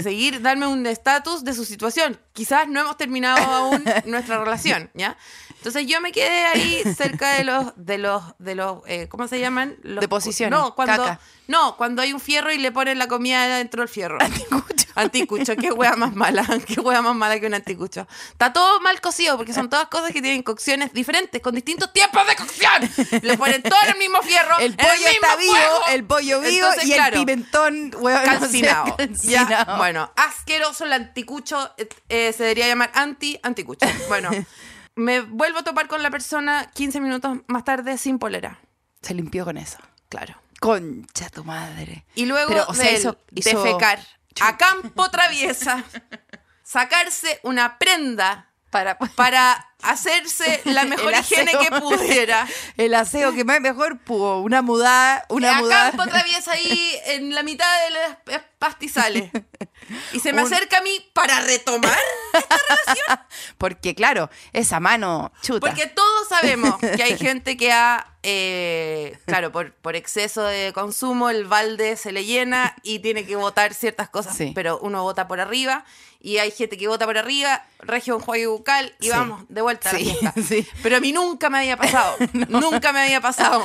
S1: seguir, darme un estatus de su situación. Quizás no hemos terminado aún nuestra relación, ¿ya? Entonces yo me quedé ahí cerca de los, de los, de los, eh, ¿cómo se llaman? Los,
S2: Deposiciones,
S1: No, cuando,
S2: caca.
S1: no, cuando hay un fierro y le ponen la comida dentro del fierro. Anticucho. Anticucho, qué hueá más mala, qué hueá más mala que un anticucho. Está todo mal cocido porque son todas cosas que tienen cocciones diferentes, con distintos tiempos de cocción. Le ponen todo en el mismo fierro.
S2: El
S1: en
S2: pollo
S1: mismo
S2: está vivo,
S1: fuego.
S2: el pollo vivo
S1: Entonces,
S2: y
S1: claro,
S2: el pimentón, huevón, no sé,
S1: calcinado. Ya,
S2: calcinado.
S1: bueno, asqueroso el anticucho, eh, eh, se debería llamar anti-anticucho. Bueno, me vuelvo a topar con la persona 15 minutos más tarde sin polera.
S2: Se limpió con eso.
S1: Claro.
S2: Concha tu madre.
S1: Y luego
S2: Pero, o sea,
S1: del
S2: hizo- hizo-
S1: defecar a campo traviesa, sacarse una prenda
S2: Para
S1: para hacerse la mejor
S2: El
S1: higiene
S2: aseo.
S1: que pudiera.
S2: el aseo que más mejor pudo. Una mudada, una
S1: a
S2: mudada.
S1: campo traviesa ahí en la mitad de los pastizales. Y se me
S2: Un-
S1: acerca a mí para retomar
S2: Porque claro, esa mano chuta.
S1: Porque todos sabemos que hay gente que ha, eh, claro, por, por exceso de consumo el balde se le llena y tiene que votar ciertas cosas,
S2: Sí.
S1: pero uno vota por arriba y hay gente que vota por arriba, regio enjuague bucal y
S2: Sí.
S1: vamos, de vuelta a la
S2: Sí,
S1: fiesta.
S2: sí.
S1: Pero a mí nunca me había pasado, nunca me había pasado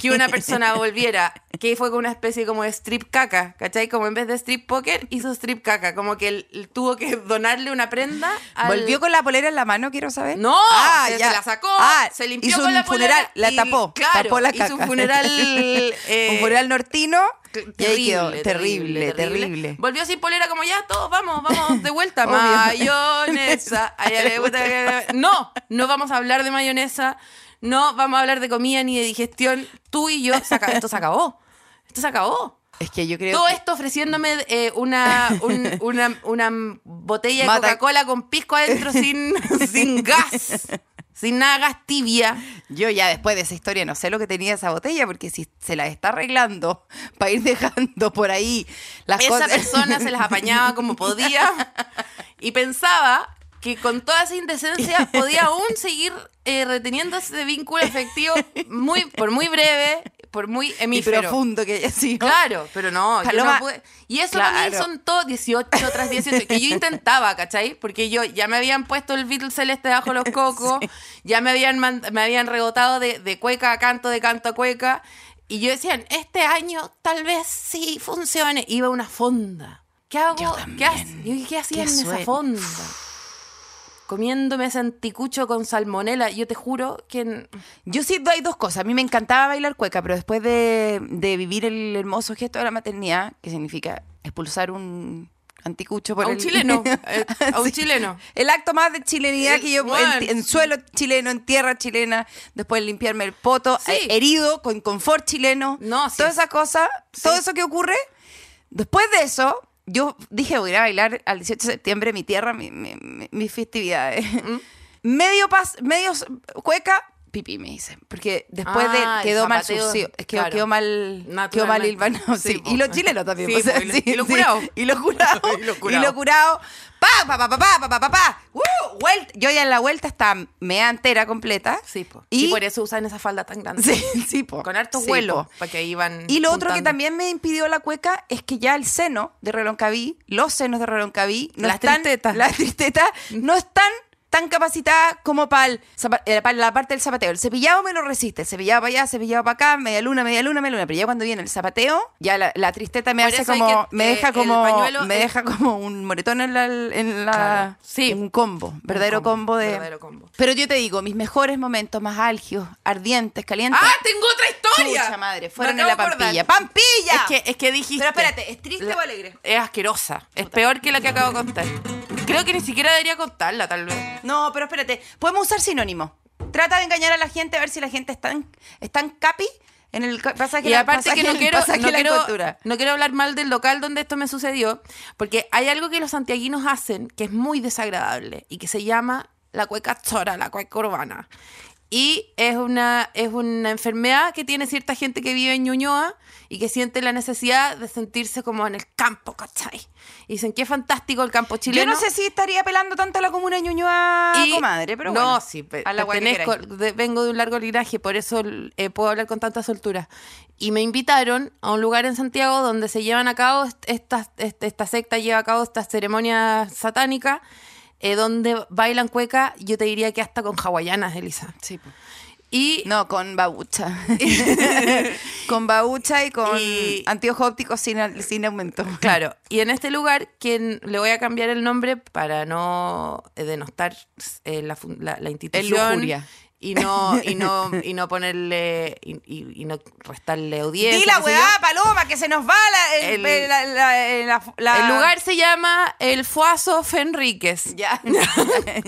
S1: que una persona volviera, que fue con una especie como de strip caca, ¿cachai? Como en vez de strip poker hizo strip caca, como que él, él tuvo que donarle una prenda al...
S2: ¿Volvió con la polera en la mano, quiero saber?
S1: No,
S2: Ah,
S1: se,
S2: ya.
S1: se la sacó,
S2: Ah,
S1: se limpió
S2: hizo
S1: con
S2: un
S1: la polera
S2: funeral, la
S1: y,
S2: tapó,
S1: claro,
S2: tapó la
S1: Hizo
S2: caca.
S1: un funeral, eh,
S2: Un funeral nortino
S1: cl-
S2: y ahí quedó. Terrible, terrible.
S1: Volvió sin polera como ya, todos vamos, vamos de vuelta.
S2: Obvio.
S1: mayonesa, a ella le gusta que- No, no vamos a hablar de mayonesa, no vamos a hablar de comida ni de digestión. Tú y yo, se acabó, esto se acabó, esto se acabó.
S2: Es que yo creo
S1: Todo
S2: que-
S1: esto ofreciéndome eh, una, un- una, una botella
S2: Mata-
S1: de Coca-Cola con pisco adentro sin, sin gas, sin nada gas tibia.
S2: Yo ya después de esa historia no sé lo que tenía esa botella, porque si se la está arreglando para ir dejando por ahí las
S1: Esa
S2: cosas.
S1: persona se las apañaba como podía y pensaba que con toda esa indecencia podía aún seguir eh, reteniendo ese vínculo efectivo muy, por muy breve, por muy
S2: y
S1: hemífero.
S2: profundo que haya sido.
S1: Claro, pero no, yo
S2: Paloma,
S1: no pude- Y eso para mí
S2: claro.
S1: son todos 18 tras 18, que yo intentaba, ¿cachai? Porque yo ya me habían puesto el Beatles celeste bajo los cocos, ya me habían, man- me habían rebotado de, de cueca a canto, de canto a cueca. Y yo decían, este año tal vez sí funcione. Iba a una fonda. ¿Qué hago?
S2: Yo
S1: ¿Qué,
S2: también.
S1: hac- yo, ¿qué hacía
S2: Qué
S1: en esa
S2: sueño.
S1: fonda? Comiéndome ese anticucho con salmonela. Yo te juro que... en-
S2: Yo sí hay dos cosas. A mí me encantaba bailar cueca, pero después de, de vivir el hermoso gesto de la maternidad, que significa expulsar un anticucho por
S1: A un
S2: el...
S1: chileno, eh, a un chileno.
S2: El acto más de chilenidad
S1: El-
S2: que yo
S1: bueno.
S2: en, en suelo chileno, en tierra chilena, después de limpiarme el poto,
S1: Sí.
S2: eh, herido, con confort chileno,
S1: No, sí.
S2: toda esa cosa, todo eso que ocurre. Después de eso, yo dije voy a ir a bailar al 18 de septiembre mi tierra, mi- mi- mi- mis festividades.
S1: Mm.
S2: Medio pas, medio s- cueca, pipí me hice, porque después
S1: Ah,
S2: de
S1: el
S2: quedó mal
S1: zapateo,
S2: sucio, es que
S1: claro.
S2: quedó mal, quedó mal
S1: Naturalmente.
S2: hilvanado, sí.
S1: Sí, po.
S2: y los chilenos también,
S1: Sí,
S2: o sea,
S1: po, y lo-
S2: sí,
S1: y lo
S2: sí.
S1: curado.
S2: y lo curado,
S1: Y lo
S2: y lo
S1: curado.
S2: curado. Pa, pa, pa, pa, pa, pa, pa, pa, pa. ¡Uh! Vuelta. Yo ya en la vuelta estaba mea entera completa.
S1: Sí, po.
S2: Y,
S1: Y, por eso usan esa falda tan grande.
S2: Sí, sí, po.
S1: Con harto
S2: Sí,
S1: vuelo.
S2: po.
S1: Para que iban.
S2: Y lo otro que
S1: juntando.
S2: también me impidió la cueca es que ya el seno de Reloncaví, los senos de Reloncaví, no
S1: Las
S2: están,
S1: tristetas.
S2: las tristetas no están tan capacitada como para la parte del zapateo. El cepillado me lo resiste, el cepillado para allá, cepillado para acá, media luna, media luna, media luna. Pero ya cuando viene el zapateo, ya la, la tristeta me
S1: Por
S2: hace
S1: eso hay
S2: como,
S1: que,
S2: me
S1: eh,
S2: deja
S1: el
S2: como,
S1: pañuelo,
S2: me
S1: el-
S2: deja como un moretón en la, en la-
S1: Claro. Sí.
S2: un combo, verdadero
S1: combo,
S2: combo, de.
S1: verdadero combo.
S2: Pero yo te digo, mis mejores momentos más álgidos, ardientes, calientes.
S1: ¡Ah, tengo otra historia!
S2: Chucha madre,
S1: Me
S2: fueron en
S1: acabo
S2: la
S1: de acordar.
S2: pampilla. ¡Pampilla!
S1: Es que, es que dijiste.
S2: Pero espérate, ¿es triste o alegre?
S1: Es asquerosa. Es peor que la que acabo de contar. Creo que ni siquiera debería contarla, tal vez.
S2: No, pero espérate, podemos usar sinónimo. Trata de engañar a la gente a ver si la gente es tan, es tan capi en el ca- pasaje
S1: y
S2: la-
S1: aparte
S2: pasaje-
S1: que no
S2: el
S1: quiero,
S2: pasaje
S1: no,
S2: de la
S1: quiero,
S2: cultura.
S1: no quiero hablar mal del local donde esto me sucedió, porque hay algo que los santiaguinos hacen que es muy desagradable y que se llama la cueca chora, la cueca urbana. Y es una, es una enfermedad que tiene cierta gente que vive en Ñuñoa y que siente la necesidad de sentirse como en el campo, ¿cachai? Y dicen, qué fantástico el campo
S2: Yo
S1: chileno.
S2: no sé si estaría pelando tanto a la comuna de Ñuñoa, Ah, comadre, pero
S1: no,
S2: bueno.
S1: sí, pe-
S2: a la guay que
S1: pertenezco,
S2: queráis.
S1: de- vengo de un largo linaje, por eso eh, puedo hablar con tanta soltura. Y me invitaron a un lugar en Santiago donde se llevan a cabo est- estas, este- esta secta lleva a cabo estas ceremonias satánicas eh, donde bailan cueca, yo te diría que hasta con hawaianas, Elisa.
S2: Sí, po.
S1: Y
S2: No, con babucha. con babucha y con
S1: Y-
S2: anteojo óptico sin, al- sin aumento.
S1: Claro, y en este lugar, quien le voy a cambiar el nombre para no eh, denostar eh, la, fun- la- la institución
S2: lujuria.
S1: y no, y no, y no ponerle y, y- y no restarle audiencia.
S2: Di la
S1: qué sé yo.
S2: weá, paloma, que se nos va la- el,
S1: El-
S2: la- la- la- la-
S1: El lugar se llama El Fuazo Fenríquez.
S2: Ya,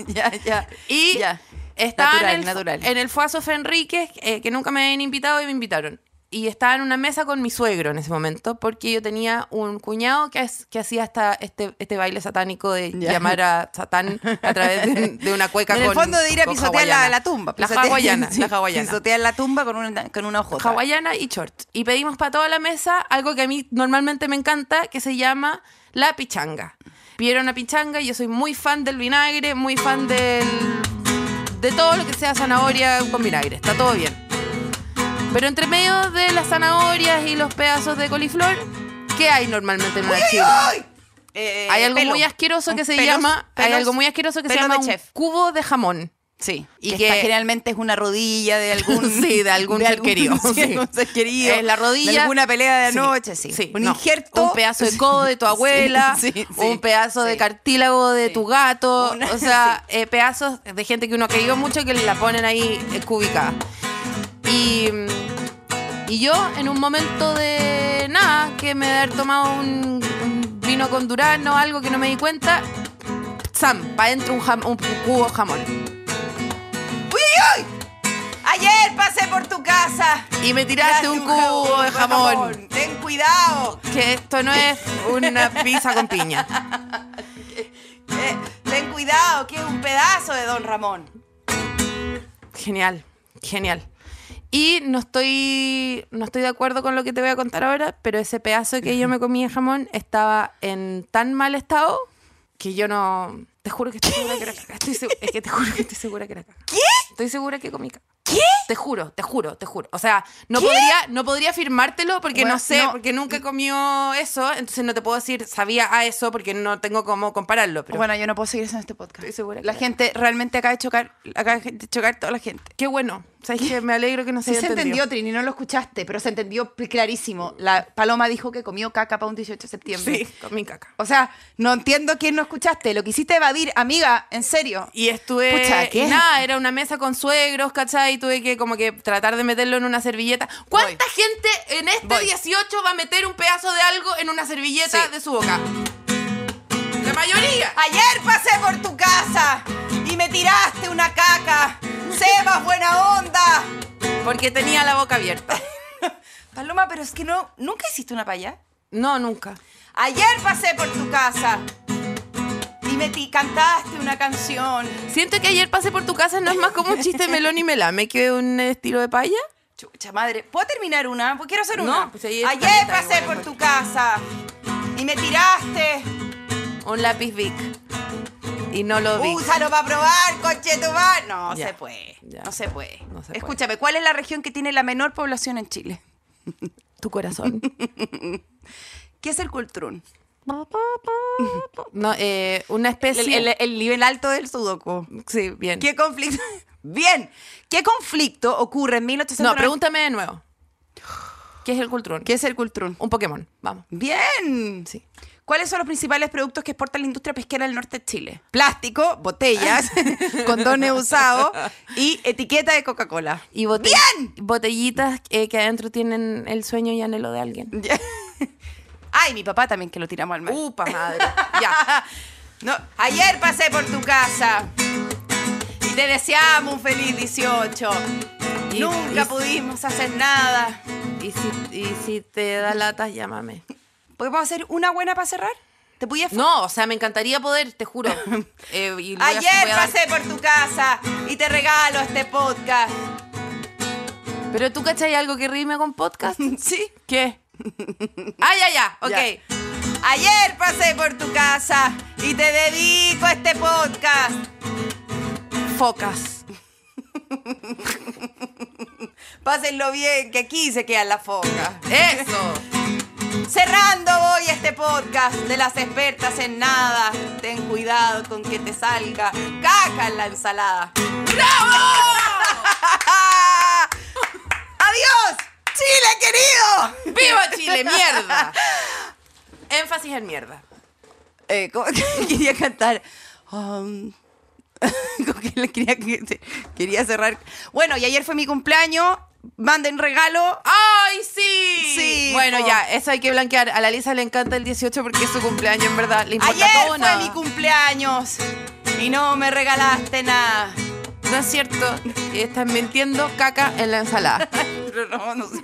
S2: ya, ya.
S1: Y
S2: ya.
S1: estaba
S2: Natural,
S1: en, el,
S2: natural.
S1: en el Fuazo Fenríquez, eh, que nunca me habían invitado y me invitaron. Y estaba en una mesa con mi suegro en ese momento, porque yo tenía un cuñado que, es- que hacía hasta este, este baile satánico de
S2: Ya.
S1: llamar a Satán a través de, de una cueca
S2: En el
S1: con-
S2: fondo de ir a
S1: con
S2: pisotear
S1: hawaiana.
S2: la, la tumba.
S1: La
S2: pisotear-
S1: hawaiana,
S2: sí,
S1: la hawaiana.
S2: Pisotear la tumba con una, con una ojota.
S1: hawaiana y short. Y pedimos para toda la mesa algo que a mí normalmente me encanta, que se llama la pichanga. Pidieron una pichanga, yo soy muy fan del vinagre, muy fan del, de todo lo que sea zanahoria con vinagre, está todo bien. Pero entre medio de las zanahorias y los pedazos de coliflor, ¿qué hay normalmente en una chiva?
S2: Eh,
S1: Hay algo
S2: pelo.
S1: muy asqueroso que se
S2: Pelos-
S1: llama, hay
S2: pelos-
S1: algo muy asqueroso que se
S2: pelos
S1: llama
S2: de
S1: un
S2: chef.
S1: cubo de jamón.
S2: Sí.
S1: y
S2: Y
S1: que-
S2: que esta generalmente es una rodilla de algún.
S1: Sí, de algún ser querido,
S2: sí,
S1: sí.
S2: algún ser querido.
S1: Es la rodilla.
S2: De alguna pelea de
S1: Sí,
S2: anoche, sí. Un
S1: no.
S2: injerto.
S1: Un pedazo de codo de tu
S2: Sí,
S1: abuela.
S2: sí, sí,
S1: un pedazo de
S2: sí.
S1: cartílago de
S2: Sí.
S1: tu gato.
S2: Una-
S1: o sea, eh, pedazos de gente que uno ha querido mucho que la ponen ahí eh, cubicada. Y, y yo, en un momento de nada, que me de haber tomado un, un vino con durazno o algo que no me di cuenta, Sam, para adentro un, jam- un cubo de jamón.
S2: Ayer pasé por tu casa.
S1: Y me tiraste un cubo de jamón.
S2: Ten cuidado.
S1: Que esto no es una pizza con piña.
S2: Eh, ten cuidado, que es un pedazo de don Ramón.
S1: Genial, genial. Y no estoy, no estoy de acuerdo con lo que te voy a contar ahora, pero ese pedazo que yo me comí de jamón estaba en tan mal estado que yo no. Te juro que estoy segura que era caca. Estoy segu- es que te juro que estoy segura que era caca. ¿Qué? Estoy segura que comí caca. ¿Qué? Te juro, te juro, te juro. O sea, no podría, no podría afirmártelo porque
S2: Bueno,
S1: no sé,
S2: no.
S1: porque nunca comió eso, entonces no te puedo decir sabía a eso porque no tengo cómo compararlo. Pero
S2: Bueno, yo no puedo seguir haciendo este podcast.
S1: Estoy segura que
S2: La
S1: no.
S2: gente realmente acaba de chocar, acaba de chocar toda la gente.
S1: qué bueno. Sabes que me alegro que no se
S2: Sí
S1: haya
S2: se entendió, Trini, no lo escuchaste, pero se entendió pl- clarísimo. La Paloma dijo que comió caca para un 18 de septiembre.
S1: Sí, comí caca.
S2: O sea, no entiendo quién no escuchaste. Lo quisiste evadir, amiga, en serio.
S1: Y estuve.
S2: Pucha,
S1: y
S2: ¿qué?
S1: nada, era una mesa con suegros, ¿cachai? Y tuve que como que tratar de meterlo en una servilleta. ¿Cuánta gente en este
S2: Voy.
S1: 18 va a meter un pedazo de algo en una servilleta
S2: Sí.
S1: de su boca? La mayoría.
S2: Ayer pasé por tu casa y me tiraste una caca. Sebas, buena onda.
S1: Porque tenía la boca abierta.
S2: Paloma, pero es que no, nunca hiciste una paya.
S1: No, nunca.
S2: Ayer pasé por tu casa y me ti- cantaste una canción.
S1: Siento que ayer pasé por tu casa, no es más como un chiste melón y melame que un estilo de paya.
S2: Chucha madre, ¿puedo terminar una? Pues quiero hacer
S1: No,
S2: una.
S1: pues ahí es
S2: Ayer
S1: caleta
S2: pasé
S1: igual,
S2: por
S1: pues.
S2: tu casa y me tiraste.
S1: Un lápiz Vic. Y no lo vi.
S2: Úsalo para probar, coche tu madre. No
S1: Ya,
S2: se puede.
S1: ya.
S2: No se puede.
S1: No se puede.
S2: Escúchame, ¿cuál es la región que tiene la menor población en Chile?
S1: Tu corazón.
S2: ¿Qué es el cultrún?
S1: No, eh, una especie.
S2: El, el- el nivel alto del sudoku.
S1: sí, bien.
S2: ¿Qué conflicto? Bien. ¿Qué conflicto ocurre en 1890?
S1: No, pregúntame de nuevo. ¿Qué es el Cultrón?
S2: ¿Qué es el Cultrún?
S1: Un Pokémon. Vamos.
S2: Bien.
S1: Sí.
S2: ¿Cuáles son los principales productos que exporta la industria pesquera del norte de Chile? Plástico, botellas, condones usados y etiqueta de Coca-Cola.
S1: Y bote- botellitas eh, que adentro tienen el sueño y anhelo de alguien.
S2: Ay, mi papá también que lo tiramos al mar.
S1: Upa madre.
S2: Ya. No, ayer pasé por tu casa y te deseamos un feliz 18.
S1: Y-
S2: Nunca
S1: y-
S2: pudimos hacer nada.
S1: Y si, y si te da latas, llámame.
S2: ¿Podemos hacer una buena para cerrar? ¿Te pude
S1: No, o sea, me encantaría poder, te juro. Eh, y voy a- voy
S2: Ayer
S1: a dar-
S2: pasé por tu casa y te regalo este podcast.
S1: Pero tú cachai algo que rime con podcast.
S2: ¿Sí?
S1: ¿Qué? Ah, ya, ya. Ok.
S2: Ok. Ayer pasé por tu casa y te dedico a este podcast.
S1: Focas.
S2: Pásenlo bien, que aquí se quedan las focas. Eh,
S1: Eso.
S2: Cerrando hoy este podcast de las expertas en nada. Ten cuidado con que te salga caca en la ensalada. ¡Bravo! ¡Adiós! ¡Chile, querido!
S1: ¡Viva Chile! ¡Mierda! Énfasis en mierda.
S2: Eh, ¿cómo que quería cantar? Um, ¿con qué le quería, que- quería cerrar. Bueno, y ayer fue mi cumpleaños. Manden regalo.
S1: ¡Ay, sí!
S2: Sí,
S1: Bueno,
S2: po.
S1: ya, eso hay que blanquear. A la Lisa le encanta el 18 porque es su cumpleaños, en verdad. Le importa
S2: Ayer
S1: todo o
S2: fue
S1: nada.
S2: mi cumpleaños y no me regalaste nada.
S1: No es cierto. Estás mintiendo caca en la ensalada.
S2: Pero no, no sé.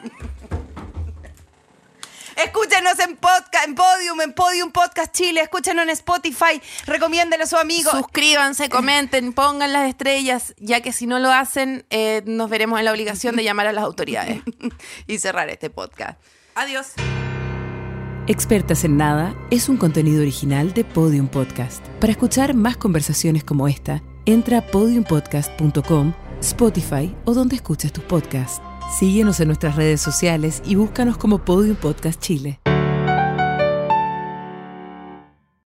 S2: Escúchenos en podcast, en Podium, en Podium Podcast Chile, escúchenos en Spotify, recomiéndelo a su amigo.
S1: Suscríbanse, comenten, pongan las estrellas, ya que si no lo hacen, eh, nos veremos en la obligación de llamar a las autoridades.
S2: y cerrar este podcast.
S1: Adiós.
S4: Expertas en Nada es un contenido original de Podium Podcast. Para escuchar más conversaciones como esta, entra a podiumpodcast.com, Spotify o donde escuches tus podcasts. Síguenos en nuestras redes sociales y búscanos como Podium Podcast Chile.